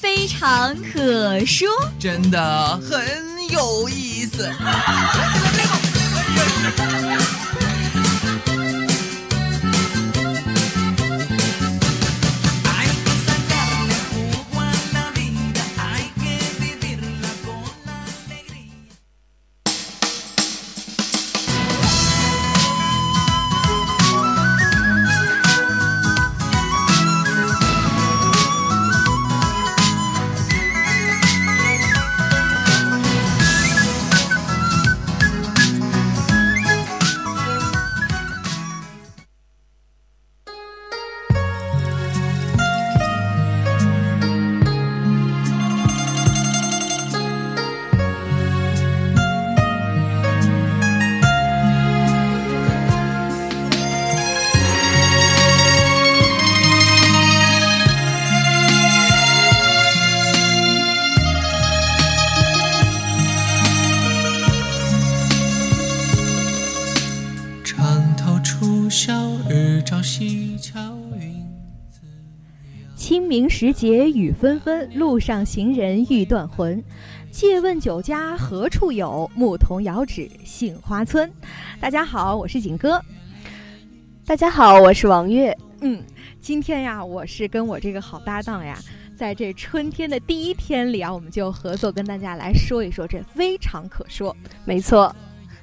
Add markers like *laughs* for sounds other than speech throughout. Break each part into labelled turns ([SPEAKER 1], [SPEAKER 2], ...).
[SPEAKER 1] 非常可说。
[SPEAKER 2] 真的很有意思。
[SPEAKER 3] Hay que sacarle jugo a la vida, hay que vivirla con alegría.
[SPEAKER 4] 长头初晓，日照西桥云。
[SPEAKER 5] 清明时节雨纷纷，路上行人欲断魂。借问酒家何处有？牧童遥指杏花村。大家好，我是景哥。
[SPEAKER 6] 大家好，我是王月。
[SPEAKER 5] 嗯，今天呀，我是跟我这个好搭档呀，在这春天的第一天里啊，我们就合作跟大家来说一说这非常可说。
[SPEAKER 6] 没错，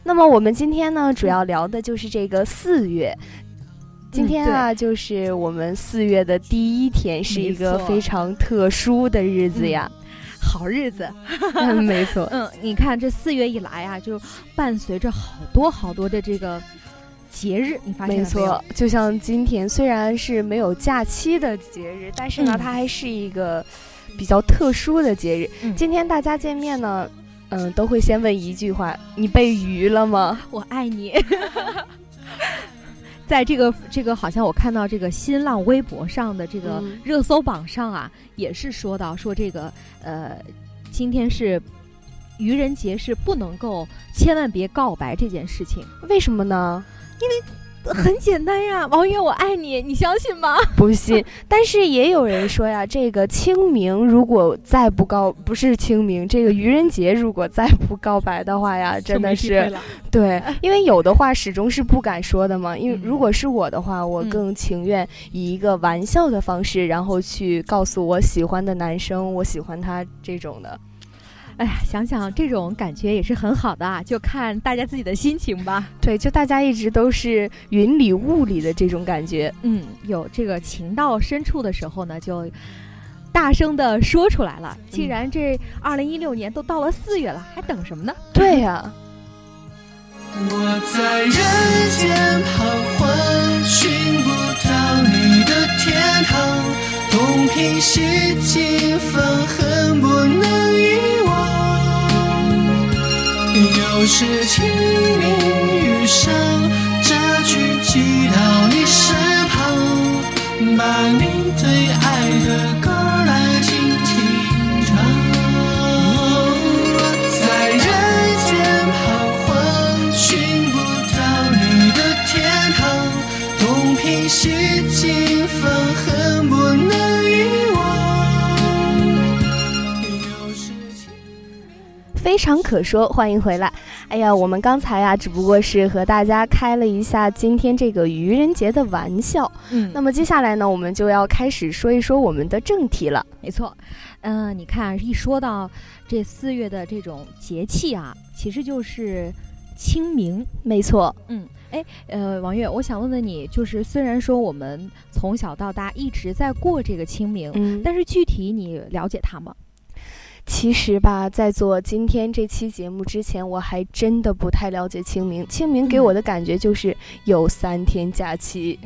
[SPEAKER 6] 那么我们今天呢，主要聊的就是这个四月。
[SPEAKER 5] 嗯
[SPEAKER 6] 今天啊，就是我们四月的第一天，是一个
[SPEAKER 5] 没错
[SPEAKER 6] 非常特殊的日子呀。
[SPEAKER 5] 好日子，
[SPEAKER 6] 嗯， *laughs* 没错，
[SPEAKER 5] *laughs* 嗯，你看这四月以来啊，就伴随着好多好多的这个节日，你发现了没
[SPEAKER 6] 没
[SPEAKER 5] 有
[SPEAKER 6] 错。就像今天虽然是没有假期的节日，但是呢，
[SPEAKER 5] 嗯
[SPEAKER 6] 它还是一个比较特殊的节日。
[SPEAKER 5] 嗯
[SPEAKER 6] 今天大家见面呢，嗯，都会先问一句话：你被鱼了吗？
[SPEAKER 5] 我爱你。 *laughs* 在这个这个，好像我看到这个新浪微博上的这个
[SPEAKER 6] 嗯
[SPEAKER 5] 热搜榜上啊，也是说到说这个呃，今天是愚人节，是不能够千万别告白这件事情。
[SPEAKER 6] 为什么呢？
[SPEAKER 5] 很简单
[SPEAKER 6] *laughs*
[SPEAKER 5] 呀，王源，我爱你，你相信吗？*laughs*
[SPEAKER 6] 不信，但是也有人说呀，这个清明如果再不告，不是清明，这个愚人节如果再不告白的话呀， *laughs* 真的
[SPEAKER 5] 就没机会
[SPEAKER 6] 是
[SPEAKER 5] 了 *laughs*
[SPEAKER 6] 对，因为有的话始终是不敢说的嘛。因为
[SPEAKER 5] 嗯
[SPEAKER 6] 如果是我的话，我
[SPEAKER 5] 嗯
[SPEAKER 6] 更情愿以一个玩笑的方式，然后去告诉我喜欢的男生，我喜欢他这种的。
[SPEAKER 5] 哎呀，想想这种感觉也是很好的啊，就看大家自己的心情吧。
[SPEAKER 6] 对，就大家一直都是云里雾里的这种
[SPEAKER 5] *laughs*
[SPEAKER 6] 感觉。
[SPEAKER 5] 嗯，有这个情到深处的时候呢，就大声的说出来了。既然这二零一六年都到了四月了，还等什么呢？
[SPEAKER 6] 对呀、
[SPEAKER 4] 我在人间彷徨，寻不到你的天堂，东拼西凑，愤恨不能遗忘。又是清明雨上，这句寄到你身旁，把你最爱的歌来轻轻唱。我在人间彷徨，寻不到你的天堂，东拼西凑，愤恨不能遗忘。又是清
[SPEAKER 6] 非常可说，欢迎回来。哎呀，我们刚才呀、只不过是和大家开了一下今天这个愚人节的玩笑。
[SPEAKER 5] *laughs* 嗯
[SPEAKER 6] 那么接下来呢，我们就要开始说一说我们的正题了。
[SPEAKER 5] 没错，嗯、你看一说到这四月的这种节气啊，其实就是清明。
[SPEAKER 6] 没错，
[SPEAKER 5] 嗯，哎，呃，王月，我想问问你，就是虽然说我们从小到大一直在过这个清明，
[SPEAKER 6] 嗯，但
[SPEAKER 5] 但是具体你了解它吗？ *laughs*
[SPEAKER 6] 其实吧，在做今天这期节目之前，我还真的不太了解清明。清明给
[SPEAKER 5] 嗯
[SPEAKER 6] 我的感觉就是有三天假期。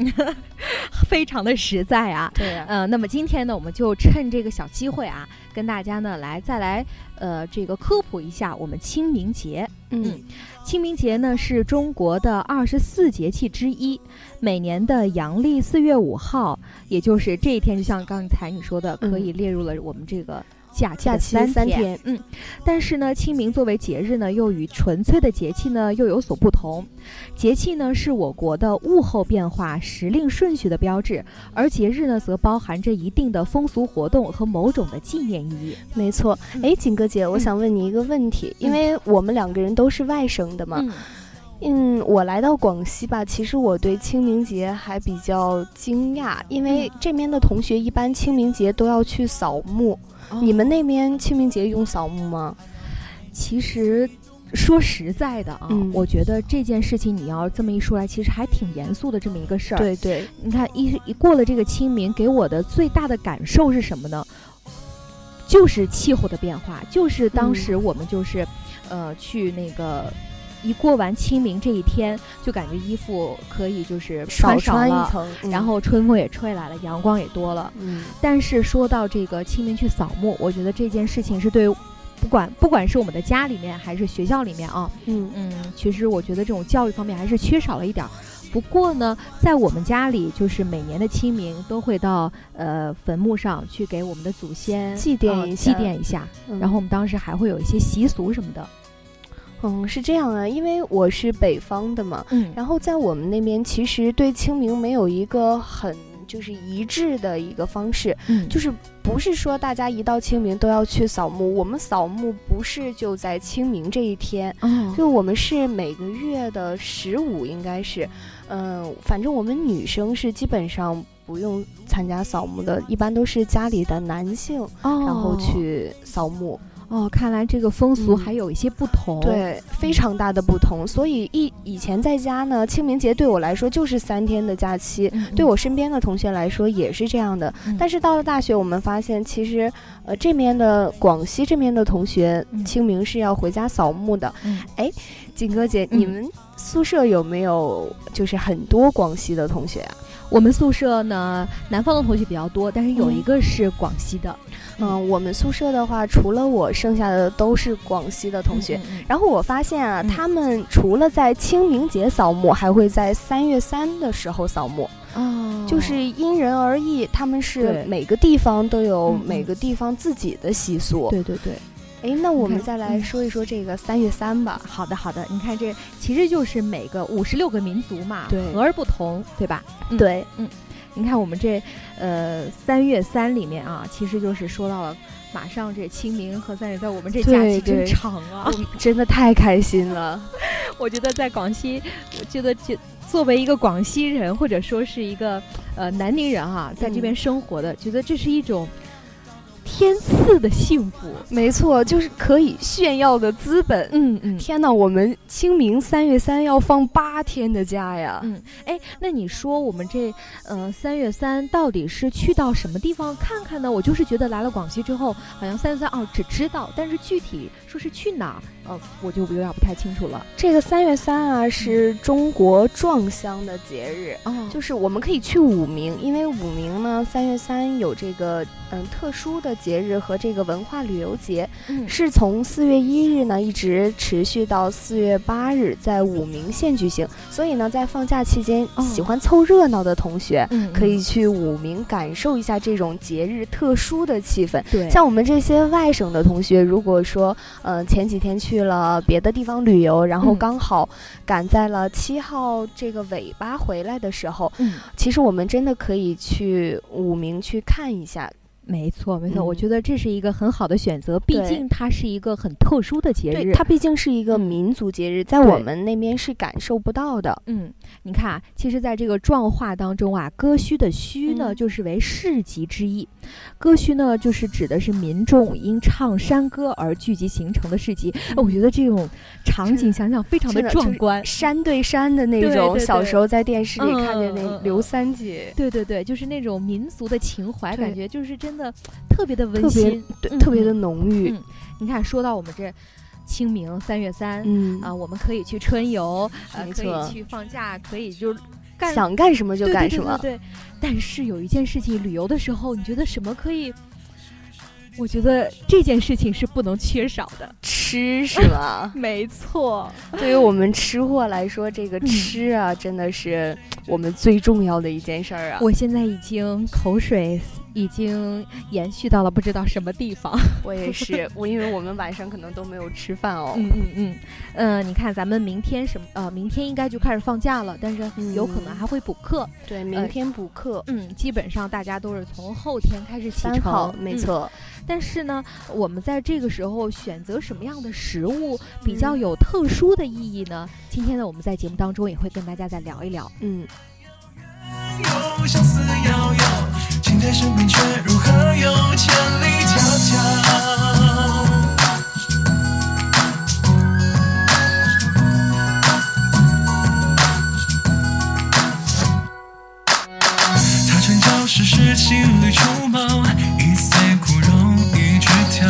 [SPEAKER 5] 非常的实在啊。
[SPEAKER 6] 对呀、
[SPEAKER 5] 呃，那么今天呢，我们就趁这个小机会啊，跟大家呢来再来呃这个科普一下我们清明节。
[SPEAKER 6] 嗯
[SPEAKER 5] 清明节呢是中国的二十四节气之一，每年的阳历四月五号，也就是这一天，就像刚才你说的，
[SPEAKER 6] 嗯
[SPEAKER 5] 可以列入了我们这个假期
[SPEAKER 6] 假
[SPEAKER 5] 的
[SPEAKER 6] 期
[SPEAKER 5] 三
[SPEAKER 6] 三
[SPEAKER 5] 天
[SPEAKER 6] 天
[SPEAKER 5] 嗯，但是呢，清明作为节日呢，又与纯粹的节气呢又有所不同。节气呢是我国的物候变化、时令顺序的标志，而节日呢则包含着一定的风俗活动和某种的纪念意义。
[SPEAKER 6] 没错。哎，景哥姐，我
[SPEAKER 5] 嗯
[SPEAKER 6] 想问你一个问题，因为我们两个人都是外省的嘛。
[SPEAKER 5] 嗯，
[SPEAKER 6] 嗯，我来到广西吧，其实我对清明节还比较惊讶，因
[SPEAKER 5] 嗯
[SPEAKER 6] 为这边的同学一般清明节都要去扫墓。
[SPEAKER 5] 哦
[SPEAKER 6] 你们那边清明节用扫墓吗？
[SPEAKER 5] 其实。说实在的啊，
[SPEAKER 6] 嗯
[SPEAKER 5] 我觉得这件事情你要这么一说来，其实还挺严肃的这么一个事儿。，
[SPEAKER 6] 对对，
[SPEAKER 5] 你看一一过了这个清明，给我的最大的感受是什么呢？就是气候的变化，就是
[SPEAKER 6] 嗯
[SPEAKER 5] 当时我们就是，呃，去那个一过完清明这一天，就感觉衣服可以就是穿
[SPEAKER 6] 少
[SPEAKER 5] 少了，
[SPEAKER 6] 一层，嗯
[SPEAKER 5] 然后春风也吹来了，阳光也多了。
[SPEAKER 6] 嗯，
[SPEAKER 5] 但是说到这个清明去扫墓，我觉得这件事情是对，不管不管是我们的家里面还是学校里面啊，
[SPEAKER 6] 嗯
[SPEAKER 5] 嗯，其实我觉得这种教育方面还是缺少了一点儿。不过呢，在我们家里，就是每年的清明都会到呃坟墓上去给我们的祖先
[SPEAKER 6] 祭奠
[SPEAKER 5] 呃
[SPEAKER 6] 一
[SPEAKER 5] 祭
[SPEAKER 6] 下
[SPEAKER 5] 奠一下。
[SPEAKER 6] 嗯
[SPEAKER 5] 然后我们当时还会有一些习俗什么的。
[SPEAKER 6] 嗯是这样啊，因为我是北方的嘛，
[SPEAKER 5] 嗯
[SPEAKER 6] 然后在我们那边其实对清明没有一个很就是一致的一个方式，
[SPEAKER 5] 嗯，
[SPEAKER 6] 就是不是说大家一到清明都要去扫墓，我们扫墓不是就在清明这一天，
[SPEAKER 5] 哦，
[SPEAKER 6] 就我们是每个月的十五，应该是，嗯、反正我们女生是基本上不用参加扫墓的，一般都是家里的男性
[SPEAKER 5] 哦
[SPEAKER 6] 然后去扫墓，
[SPEAKER 5] 哦，看来这个风俗
[SPEAKER 6] 嗯
[SPEAKER 5] 还有一些不同。，
[SPEAKER 6] 对，非常大的不同。所以一以前在家呢，清明节对我来说就是三天的假期。
[SPEAKER 5] 嗯、
[SPEAKER 6] 对我身边的同学来说也是这样的，
[SPEAKER 5] 嗯
[SPEAKER 6] 但是到了大学，我们发现其实，呃，这面的广西这面的同学
[SPEAKER 5] 嗯
[SPEAKER 6] 清明是要回家扫墓的。
[SPEAKER 5] 嗯
[SPEAKER 6] 哎，景哥姐，
[SPEAKER 5] 嗯
[SPEAKER 6] 你们宿舍有没有就是很多广西的同学啊？
[SPEAKER 5] 我们宿舍呢，南方的同学比较多，但是有一
[SPEAKER 6] 嗯
[SPEAKER 5] 个是广西的
[SPEAKER 6] 嗯、我们宿舍的话，除了我，剩下的都是广西的同学。
[SPEAKER 5] 嗯嗯嗯
[SPEAKER 6] 然后我发现啊，
[SPEAKER 5] 嗯
[SPEAKER 6] 他们除了在清明节扫墓，还会在三月三的时候扫墓，
[SPEAKER 5] 哦，
[SPEAKER 6] 就是因人而异。他们是
[SPEAKER 5] 对
[SPEAKER 6] 每个地方都有
[SPEAKER 5] 嗯嗯
[SPEAKER 6] 每个地方自己的习俗。
[SPEAKER 5] 对对对。
[SPEAKER 6] 哎，那我们
[SPEAKER 5] 你看
[SPEAKER 6] 再来
[SPEAKER 5] 嗯
[SPEAKER 6] 说一说这个三月三吧。
[SPEAKER 5] 好的，好的，你看这其实就是每个五十六个民族嘛，
[SPEAKER 6] 对
[SPEAKER 5] 和而不同，对吧？嗯
[SPEAKER 6] 对，
[SPEAKER 5] 你看我们这呃三月三里面啊，其实就是说到了马上这清明和三月三，我们这假
[SPEAKER 6] 对
[SPEAKER 5] 期真
[SPEAKER 6] 对
[SPEAKER 5] 长啊！
[SPEAKER 6] 真的太开心了。
[SPEAKER 5] *laughs* 我觉得在广西，我觉得这作为一个广西人或者说是一个呃南宁人
[SPEAKER 6] 嗯
[SPEAKER 5] 哈、在这边生活的，觉得这是一种天赐的幸福。
[SPEAKER 6] 没错，就是可以炫耀的资本。
[SPEAKER 5] 嗯嗯
[SPEAKER 6] 天呐，我们清明三月三要放八天的假呀！
[SPEAKER 5] 嗯，哎，那你说我们这呃三月三到底是去到什么地方看看呢？我就是觉得来了广西之后，好像三月三哦只知道，但是具体说是去哪儿，呃，我就有点不太清楚了。
[SPEAKER 6] 这个三月三啊，是中国壮乡的节日。
[SPEAKER 5] 哦
[SPEAKER 6] 就是我们可以去武鸣，因为武鸣呢，三月三有这个嗯特殊的节日和这个文化旅游节，
[SPEAKER 5] 嗯
[SPEAKER 6] 是从四月一日呢一直持续到四月八日，在武鸣县举行。所以呢，在放假期间，
[SPEAKER 5] 哦
[SPEAKER 6] 喜欢凑热闹的同学。
[SPEAKER 5] 嗯
[SPEAKER 6] 可以去武鸣感受一下这种节日特殊的气氛。
[SPEAKER 5] 对
[SPEAKER 6] 像我们这些外省的同学，如果说，嗯、前几天去了别的地方旅游，然后
[SPEAKER 5] 嗯
[SPEAKER 6] 刚好赶在了七号这个尾巴回来的时候，
[SPEAKER 5] 嗯，
[SPEAKER 6] 其实我们真的可以去武鸣去看一下。
[SPEAKER 5] 没错没错，我
[SPEAKER 6] 嗯
[SPEAKER 5] 觉得这是一个很好的选择，毕
[SPEAKER 6] 对
[SPEAKER 5] 竟它是一个很特殊的节
[SPEAKER 6] 对，
[SPEAKER 5] 日。嗯
[SPEAKER 6] 它毕竟是一个民族节日，在
[SPEAKER 5] 对
[SPEAKER 6] 我们那边是感受不到的。
[SPEAKER 5] 嗯，你看啊，其实，在这个壮话当中啊，歌墟的墟呢，
[SPEAKER 6] 嗯
[SPEAKER 5] 就是为市集之一。歌墟呢，就是指的是民众因唱山歌而聚集形成的市集。哎我觉得这种场景想想非常的
[SPEAKER 6] 嗯真的
[SPEAKER 5] 壮观。
[SPEAKER 6] 山对山的那
[SPEAKER 5] 对
[SPEAKER 6] 种，
[SPEAKER 5] 对
[SPEAKER 6] 小
[SPEAKER 5] 对
[SPEAKER 6] 时候在电视里看见
[SPEAKER 5] 嗯嗯
[SPEAKER 6] 那
[SPEAKER 5] 嗯
[SPEAKER 6] 刘三姐，
[SPEAKER 5] 对对对，就是那种民族的情怀，
[SPEAKER 6] 对
[SPEAKER 5] 感觉就是真的特别的温
[SPEAKER 6] 特别
[SPEAKER 5] 馨。
[SPEAKER 6] 对，
[SPEAKER 5] 嗯
[SPEAKER 6] 特别的浓郁
[SPEAKER 5] 嗯。你看，说到我们这清明三月三
[SPEAKER 6] 嗯
[SPEAKER 5] 啊，我们可以去春游，呃，
[SPEAKER 6] 没
[SPEAKER 5] 可
[SPEAKER 6] 错
[SPEAKER 5] 以去放假，可以就是干
[SPEAKER 6] 想干什么就
[SPEAKER 5] 对对对
[SPEAKER 6] 干什么。
[SPEAKER 5] 对对但是有一件事情，旅游的时候，你觉得什么可以？我觉得这件事情是不能缺少的。？
[SPEAKER 6] 吃是吗
[SPEAKER 5] *laughs* 没错，
[SPEAKER 6] 对于我们吃货来说，这个
[SPEAKER 5] 嗯
[SPEAKER 6] 吃啊，真的是我们最重要的一件事儿啊。
[SPEAKER 5] 我现在已经口水已经延续到了不知道什么地方。
[SPEAKER 6] 我也是，我因为我们晚上可能都没有吃饭哦。
[SPEAKER 5] *laughs* 嗯嗯嗯，呃，你看咱们明天什么？呃，明天应该就开始放假了，但是有可能
[SPEAKER 6] 嗯
[SPEAKER 5] 还会补课。
[SPEAKER 6] 对，明天补课，
[SPEAKER 5] 嗯，基本上大家都是从后天开始启
[SPEAKER 6] 三
[SPEAKER 5] 程，
[SPEAKER 6] 号，没
[SPEAKER 5] 嗯
[SPEAKER 6] 错。
[SPEAKER 5] 但是呢，我们在这个时候选择什么样的食物比较
[SPEAKER 6] 嗯
[SPEAKER 5] 有特殊的意义呢？今天呢，我们在节目当中也会跟大家再聊一聊。
[SPEAKER 6] 嗯，
[SPEAKER 3] 有相思遥遥，近在身边却如何有千里迢迢？他唇角是是情侣初抱，一丝枯荣一枝条，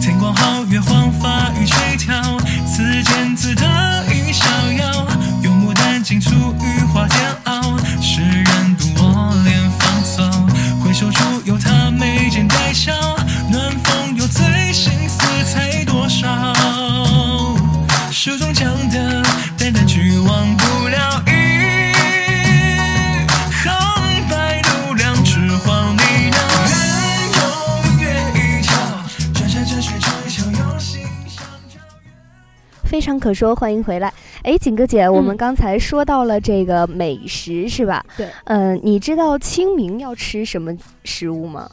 [SPEAKER 3] 天光皓月黄发与垂髫，此间自得意逍遥，幽默淡尽处雨花煎熬，世人妒我脸芳草，回首处有他眉间带笑，暖风有醉心思才多少。书中讲的淡淡去忘不了一行白鹭两只黄鹂鸟，愿有月一笑，转山转水春宵有心相照。
[SPEAKER 6] 非常可说，欢迎回来。哎，景哥
[SPEAKER 5] 嗯
[SPEAKER 6] 姐，我们刚才说到了这个美食是吧？
[SPEAKER 5] 对。
[SPEAKER 6] 嗯，你知道清明要吃什么食物吗？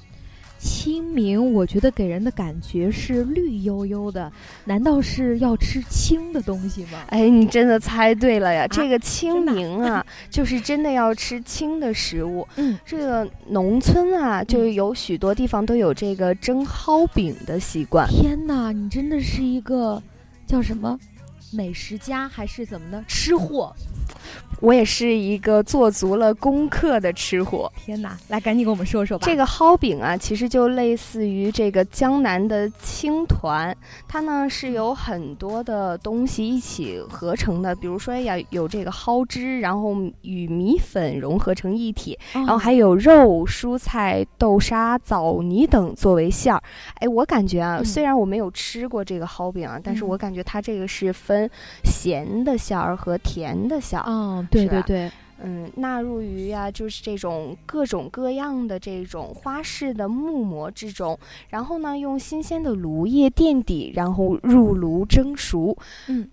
[SPEAKER 5] 清明，我觉得给人的感觉是绿油油的，难道是要吃青的东西吗？
[SPEAKER 6] 哎，你真的猜对了呀！这个清
[SPEAKER 5] 真的啊 *laughs*
[SPEAKER 6] 明啊， *laughs* 就是真的要吃清的食物。
[SPEAKER 5] 嗯，
[SPEAKER 6] 这个农村啊，就有许多地方都有这个蒸蒿饼的习惯。
[SPEAKER 5] 天哪，你真的是一个叫什么美食家还是怎么呢？吃货！
[SPEAKER 6] 我也是一个做足了功课的吃货。
[SPEAKER 5] 天哪，来赶紧给我们说说吧。
[SPEAKER 6] 这个蒿饼啊，其实就类似于这个江南的青团，它呢
[SPEAKER 5] 嗯
[SPEAKER 6] 是由很多的东西一起合成的，比如说呀有这个蒿汁，然后与米粉融合成一体，
[SPEAKER 5] 哦，然
[SPEAKER 6] 然后还有肉、蔬菜、豆沙、枣泥等作为馅儿。哎，我感觉啊，
[SPEAKER 5] 嗯
[SPEAKER 6] 虽然我没有吃过这个蒿饼啊，但是
[SPEAKER 5] 嗯
[SPEAKER 6] 我感觉它这个是分咸的馅儿和甜的馅儿。
[SPEAKER 5] 嗯，对
[SPEAKER 6] 是
[SPEAKER 5] 对
[SPEAKER 6] 吧
[SPEAKER 5] 对，
[SPEAKER 6] 嗯，纳入于呀、就是这种各种各样的这种花式的木模之中，然后呢，用新鲜的芦叶垫底，然后入炉蒸熟。
[SPEAKER 5] 嗯。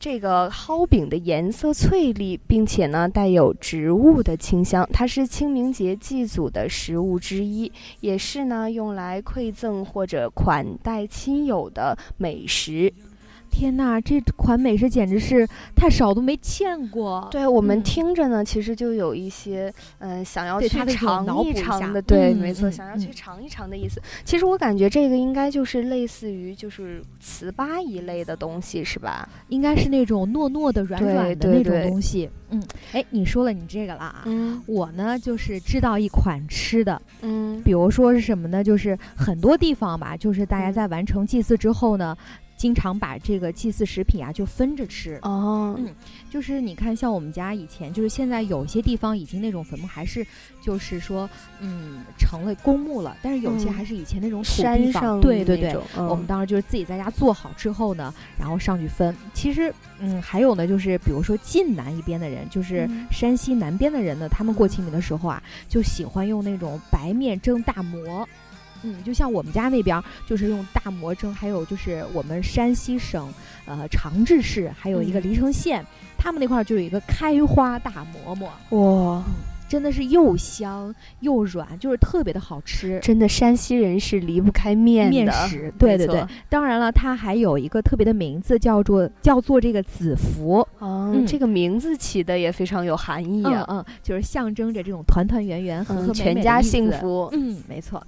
[SPEAKER 6] 这个蒿饼的颜色翠丽，并且呢带有植物的清香，它是清明节祭祖的食物之一，也是呢用来馈赠或者款待亲友的美食。
[SPEAKER 5] 天哪，这款美食简直是太少都没见过。
[SPEAKER 6] 对我们
[SPEAKER 5] 嗯
[SPEAKER 6] 听着呢，其实就有一些嗯、呃想要
[SPEAKER 5] 对
[SPEAKER 6] 去
[SPEAKER 5] 它的这种脑
[SPEAKER 6] 尝
[SPEAKER 5] 补
[SPEAKER 6] 一
[SPEAKER 5] 一下
[SPEAKER 6] 尝的，对，
[SPEAKER 5] 嗯
[SPEAKER 6] 没错，
[SPEAKER 5] 嗯
[SPEAKER 6] 想要去
[SPEAKER 5] 嗯
[SPEAKER 6] 尝一尝的意思。其实我感觉这个应该就是类似于就是糍粑一类的东西，是吧？
[SPEAKER 5] 应该是那种糯糯的、软
[SPEAKER 6] 对
[SPEAKER 5] 软的
[SPEAKER 6] 对
[SPEAKER 5] 那种
[SPEAKER 6] 对
[SPEAKER 5] 东西。嗯，哎，你说了你这个了啊。
[SPEAKER 6] 嗯
[SPEAKER 5] 我呢，就是知道一款吃的，
[SPEAKER 6] 嗯
[SPEAKER 5] 比如说是什么呢？就是很多地方吧，就是大家
[SPEAKER 6] 嗯
[SPEAKER 5] 在完成祭祀之后呢，经常把这个祭祀食品啊就分着吃。
[SPEAKER 6] 哦
[SPEAKER 5] 嗯就是你看，像我们家以前，就是现在有些地方已经那种坟墓还是，就是说，嗯，成了公墓了，但是有些
[SPEAKER 6] 嗯
[SPEAKER 5] 还是以前那种土
[SPEAKER 6] 山
[SPEAKER 5] 地
[SPEAKER 6] 上
[SPEAKER 5] 房。对对
[SPEAKER 6] 那
[SPEAKER 5] 对，
[SPEAKER 6] 种，
[SPEAKER 5] 我们
[SPEAKER 6] 嗯
[SPEAKER 5] 当时就是自己在家做好之后呢，然后上去分。其实，嗯，还有呢，就是比如说晋南一边的人，就是
[SPEAKER 6] 嗯
[SPEAKER 5] 山西南边的人呢，他们过清明的时候啊，就喜欢用那种白面蒸大馍。嗯，就像我们家那边儿就是用大馍蒸，还有就是我们山西省呃长治市还有一个
[SPEAKER 6] 嗯
[SPEAKER 5] 黎城县，他们那块儿就有一个开花大馍馍，
[SPEAKER 6] 哇，
[SPEAKER 5] 真的是又香又软，就是特别的好吃。
[SPEAKER 6] 真的山西人是离不开面
[SPEAKER 5] 面
[SPEAKER 6] 的
[SPEAKER 5] 食对
[SPEAKER 6] 没
[SPEAKER 5] 对
[SPEAKER 6] 错
[SPEAKER 5] 对当然了，它还有一个特别的名字，叫做叫做这个子服，
[SPEAKER 6] 哦，
[SPEAKER 5] 嗯
[SPEAKER 6] 这个名字起的也非常有含义
[SPEAKER 5] 嗯
[SPEAKER 6] 啊。嗯
[SPEAKER 5] 嗯，就是象征着这种团团圆圆、和和美美
[SPEAKER 6] 全家
[SPEAKER 5] 的意思
[SPEAKER 6] 幸。福。
[SPEAKER 5] 嗯，没错，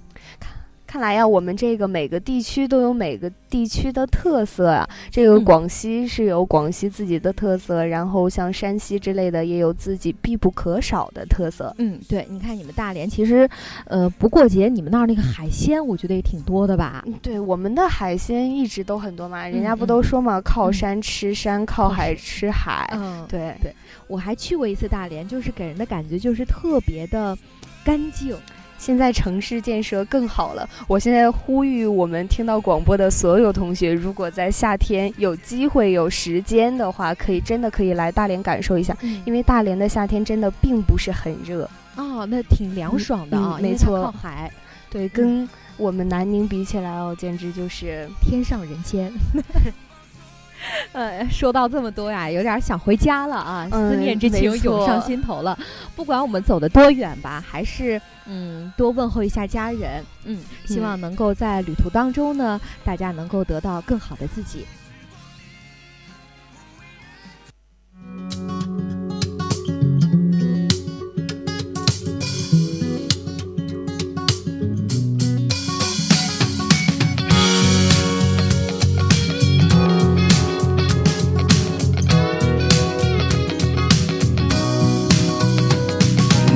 [SPEAKER 6] 看来呀，我们这个每个地区都有每个地区的特色啊。这个
[SPEAKER 5] 嗯
[SPEAKER 6] 广西是有广西自己的特色，然后像山西之类的也有自己必不可少的特色。
[SPEAKER 5] 嗯，对，你看你们大连其实，呃，不过节你们那儿那个海鲜，我觉得也挺多的吧？
[SPEAKER 6] 嗯对，我们的海鲜一直都很多嘛，人
[SPEAKER 5] 嗯
[SPEAKER 6] 家不
[SPEAKER 5] 嗯
[SPEAKER 6] 都说嘛，靠
[SPEAKER 5] 嗯
[SPEAKER 6] 山吃山，靠海吃海。
[SPEAKER 5] 嗯，对，
[SPEAKER 6] 对，
[SPEAKER 5] 我还去过一次大连，就是给人的感觉就是特别的干净。
[SPEAKER 6] 现在城市建设更好了，我现在呼吁我们听到广播的所有同学，如果在夏天有机会、有时间的话，可以真的可以来大连感受一下，
[SPEAKER 5] 嗯
[SPEAKER 6] 因为大连的夏天真的并不是很热，
[SPEAKER 5] 哦，那挺凉爽的啊，
[SPEAKER 6] 嗯
[SPEAKER 5] 因为
[SPEAKER 6] 没
[SPEAKER 5] 它
[SPEAKER 6] 错
[SPEAKER 5] 靠海，嗯
[SPEAKER 6] 对，跟我们南宁比起来哦，简直就是
[SPEAKER 5] 天上人间。 *laughs* 呃，说到这么多呀，有点想回家了啊，
[SPEAKER 6] 嗯
[SPEAKER 5] 思念之情
[SPEAKER 6] 没错
[SPEAKER 5] 涌上心头了。不管我们走得多远吧，还是嗯多问候一下家人，嗯，希望能够在旅途当中呢，大家能够得到更好的自己。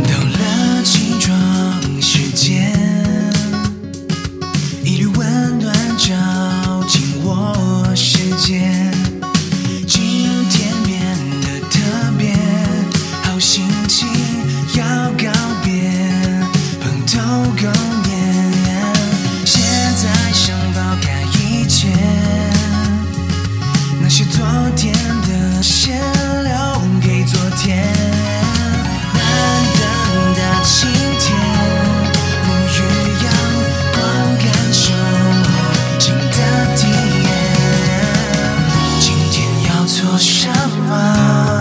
[SPEAKER 3] 到了起床时间，一缕温暖照进我世界。今天变得特别，好心情要告别蓬头垢面。现在想抛开一切，那些昨天的先留给昨天。难等到今天，我欲阳光感受新的体验。今天要做什么？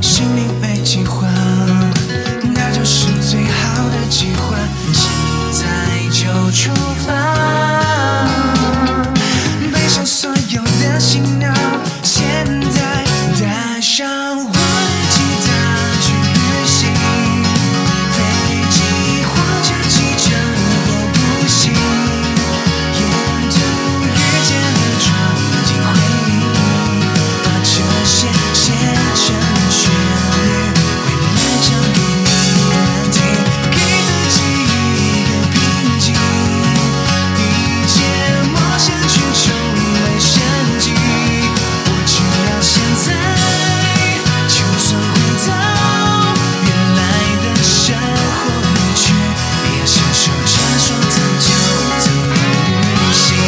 [SPEAKER 3] 心里没计划，那就是最好的计划。现在就出发，背上所有的行囊，现在带上我吉他去旅行。飞机或者汽车我不行，沿途遇见了闯进回忆。把这些写成旋律，为了唱给你们听，给自己一个平静。一切莫想去充满生机，我只要现在，就算回到原来的生活里去，也享受这双自由自在旅行。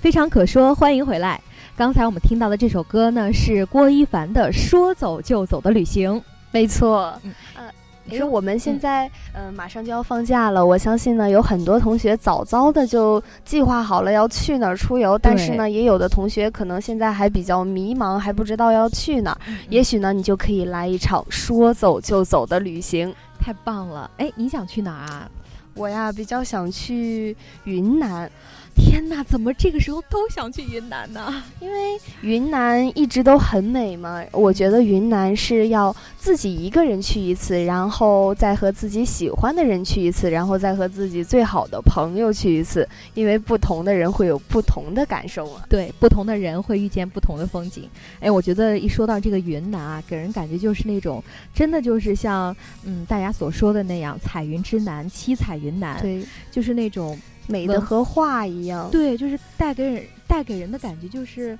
[SPEAKER 5] 非常可说，欢迎回来。刚才我们听到的这首歌呢，是郭一凡的《说走就走的旅行》。
[SPEAKER 6] 没错。
[SPEAKER 5] 嗯
[SPEAKER 6] 呃，
[SPEAKER 5] 你
[SPEAKER 6] 因为
[SPEAKER 5] 说
[SPEAKER 6] 我们现在、呃马上就要放假了，我相信呢有很多同学早早的就计划好了要去哪儿出游，但是呢也有的同学可能现在还比较迷茫，还不知道要去哪儿。也许呢你就可以来一场说走就走的旅行。
[SPEAKER 5] 太棒了！哎，你想去哪儿啊？
[SPEAKER 6] 我呀比较想去云南，
[SPEAKER 5] 天哪，怎么这个时候都想去云南呢？
[SPEAKER 6] 因为云南一直都很美嘛。我觉得云南是要自己一个人去一次，然后再和自己喜欢的人去一次，然后再和自己最好的朋友去一次，因为不同的人会有不同的感受啊嘛。
[SPEAKER 5] 对，不同的人会遇见不同的风景。哎，我觉得一说到这个云南啊，给人感觉就是那种真的就是像嗯大家所说的那样，彩云之南，七彩云南，
[SPEAKER 6] 对，
[SPEAKER 5] 就是那种呃
[SPEAKER 6] 美的
[SPEAKER 5] 文
[SPEAKER 6] 和画一样，
[SPEAKER 5] 对，就是带给人带给人的感觉就是。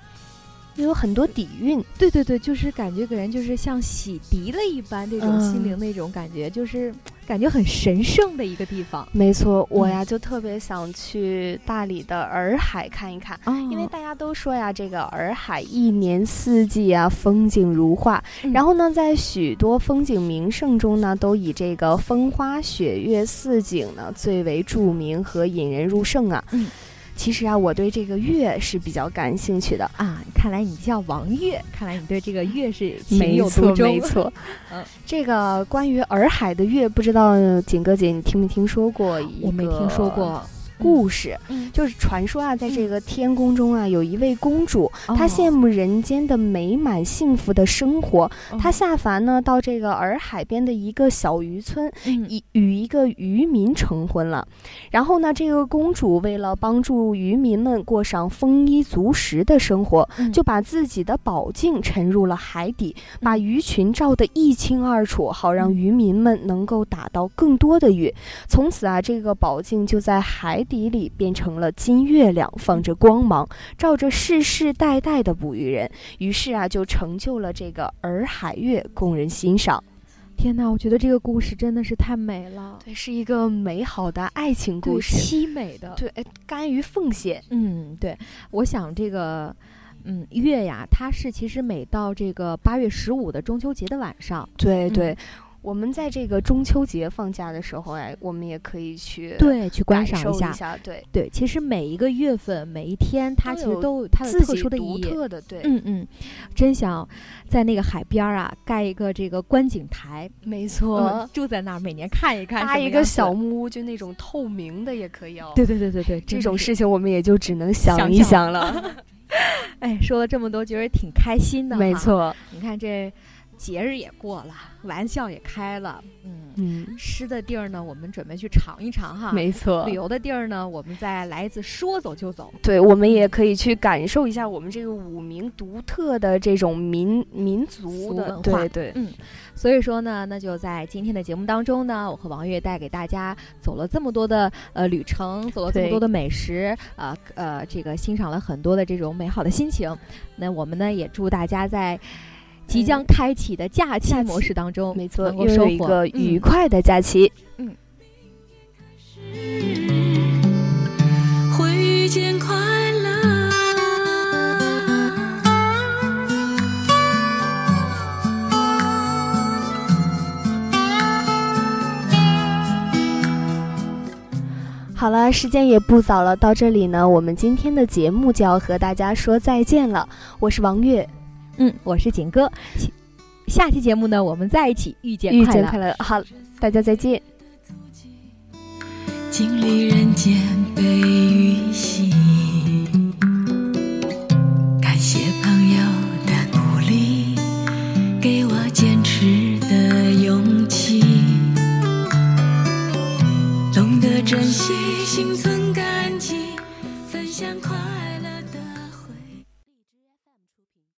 [SPEAKER 6] 又有很多底蕴。
[SPEAKER 5] 对对对，就是感觉给人就是像洗涤了一般，这种心
[SPEAKER 6] 嗯
[SPEAKER 5] 灵那种感觉，就是感觉很神圣的一个地方。
[SPEAKER 6] 没错，我呀就特别想去大理的洱海看一看。
[SPEAKER 5] 哦，
[SPEAKER 6] 因为大家都说呀，这个洱海一年四季啊，风景如画。
[SPEAKER 5] 嗯
[SPEAKER 6] 然后呢，在许多风景名胜中呢，都以这个风花雪月四景呢最为著名和引人入胜啊。
[SPEAKER 5] 嗯
[SPEAKER 6] 其实啊，我对这个月是比较感兴趣的。
[SPEAKER 5] 啊，看来你叫王月，看来你对这个月是情
[SPEAKER 6] 没
[SPEAKER 5] 有独
[SPEAKER 6] 错，
[SPEAKER 5] 钟。。
[SPEAKER 6] 没错
[SPEAKER 5] *laughs* 嗯
[SPEAKER 6] 这个关于洱海的月，不知道呃锦哥姐你听没听说过？
[SPEAKER 5] 我没听说。过，
[SPEAKER 6] 故事，
[SPEAKER 5] 嗯
[SPEAKER 6] 就是传说啊，在这个天宫中啊，有一位公主，
[SPEAKER 5] 哦
[SPEAKER 6] 她羡慕人间的美满幸福的生活，她
[SPEAKER 5] 哦
[SPEAKER 6] 下凡呢，到这个洱海边的一个小渔村，
[SPEAKER 5] 嗯
[SPEAKER 6] 一与一个渔民成婚了。然后呢，这个公主为了帮助渔民们过上丰衣足食的生活，
[SPEAKER 5] 嗯
[SPEAKER 6] 就把自己的宝镜沉入了海底，把鱼群照得一清二楚，好让
[SPEAKER 5] 嗯
[SPEAKER 6] 渔民们能够打到更多的鱼。从此啊，这个宝镜就在海底里变成了金月亮，放着光芒，照着世世代代的捕鱼人。于是啊，就成就了这个洱海月供人欣赏。
[SPEAKER 5] 天哪，我觉得这个故事真的是太美了，
[SPEAKER 6] 对，是一个美好的爱情
[SPEAKER 5] 对
[SPEAKER 6] 故事。
[SPEAKER 5] 凄美的，
[SPEAKER 6] *laughs* 对，哎甘于奉献。
[SPEAKER 5] 嗯，对，我想这个。嗯，月呀，它是其实每到这个八月十五的中秋节的晚上，
[SPEAKER 6] 对
[SPEAKER 5] 嗯
[SPEAKER 6] 对，我们在这个中秋节放假的时候，哎，我们也可以去
[SPEAKER 5] 对，去观
[SPEAKER 6] 感
[SPEAKER 5] 赏
[SPEAKER 6] 受
[SPEAKER 5] 一下。
[SPEAKER 6] 下，对，
[SPEAKER 5] 对，其实每一个月份、每一天，它
[SPEAKER 6] 都
[SPEAKER 5] 其实
[SPEAKER 6] 有
[SPEAKER 5] 都有它有
[SPEAKER 6] 自
[SPEAKER 5] 特
[SPEAKER 6] 己
[SPEAKER 5] 殊的意
[SPEAKER 6] 独
[SPEAKER 5] 义。
[SPEAKER 6] 特的，对，
[SPEAKER 5] 嗯嗯，真想在那个海边儿啊盖一个这个观景台，
[SPEAKER 6] 没
[SPEAKER 5] 嗯
[SPEAKER 6] 错，，
[SPEAKER 5] 住在那儿，每年看一看，
[SPEAKER 6] 搭一个小。木屋，就那种透明的也可以哦。
[SPEAKER 5] 对对对对对，真
[SPEAKER 6] 这
[SPEAKER 5] 的
[SPEAKER 6] 种
[SPEAKER 5] 是。
[SPEAKER 6] 事情我们也就只能想
[SPEAKER 5] 想
[SPEAKER 6] 一
[SPEAKER 5] 想
[SPEAKER 6] 想了，
[SPEAKER 5] *laughs* 哎，说了这么多，觉得挺开心的。
[SPEAKER 6] 没，错，
[SPEAKER 5] 你看这节日也过了，玩笑也开了，嗯，
[SPEAKER 6] 嗯，啊
[SPEAKER 5] 吃的地儿呢，我们准备去尝一尝哈。
[SPEAKER 6] 没错
[SPEAKER 5] 旅，游的地儿呢，我们再来一次说走就走。
[SPEAKER 6] 对，我们也可以去感受一下我们这个五名独特的这种民民族
[SPEAKER 5] 俗
[SPEAKER 6] 的
[SPEAKER 5] 文化
[SPEAKER 6] 对对，
[SPEAKER 5] 所以说呢，那就在今天的节目当中呢，我和王月带给大家走了这么多的呃旅程，走了这么
[SPEAKER 6] 对
[SPEAKER 5] 多的美食，呃呃，这个欣赏了很多的这种美好的心情。那我们呢，也祝大家在即将开启的假期
[SPEAKER 6] 假期
[SPEAKER 5] 模式当中，
[SPEAKER 6] 没错，
[SPEAKER 5] 能够
[SPEAKER 6] 拥
[SPEAKER 5] 收
[SPEAKER 6] 有
[SPEAKER 5] 获
[SPEAKER 6] 一个愉
[SPEAKER 5] 嗯
[SPEAKER 6] 快的假期。
[SPEAKER 1] 会遇见快乐。
[SPEAKER 6] 好了，时间也不早了，到这里呢，我们今天的节目就要和大家说再见了。我是王月，
[SPEAKER 5] 嗯，我是景哥，下期节目呢，我们在一起遇见
[SPEAKER 6] 遇
[SPEAKER 5] 快
[SPEAKER 6] 见
[SPEAKER 5] 乐。
[SPEAKER 6] 快乐，好，大家再见。
[SPEAKER 7] 经历人间悲与喜，感谢朋友的鼓励，给我坚持的勇气。懂得珍惜，心存感激，分享快乐。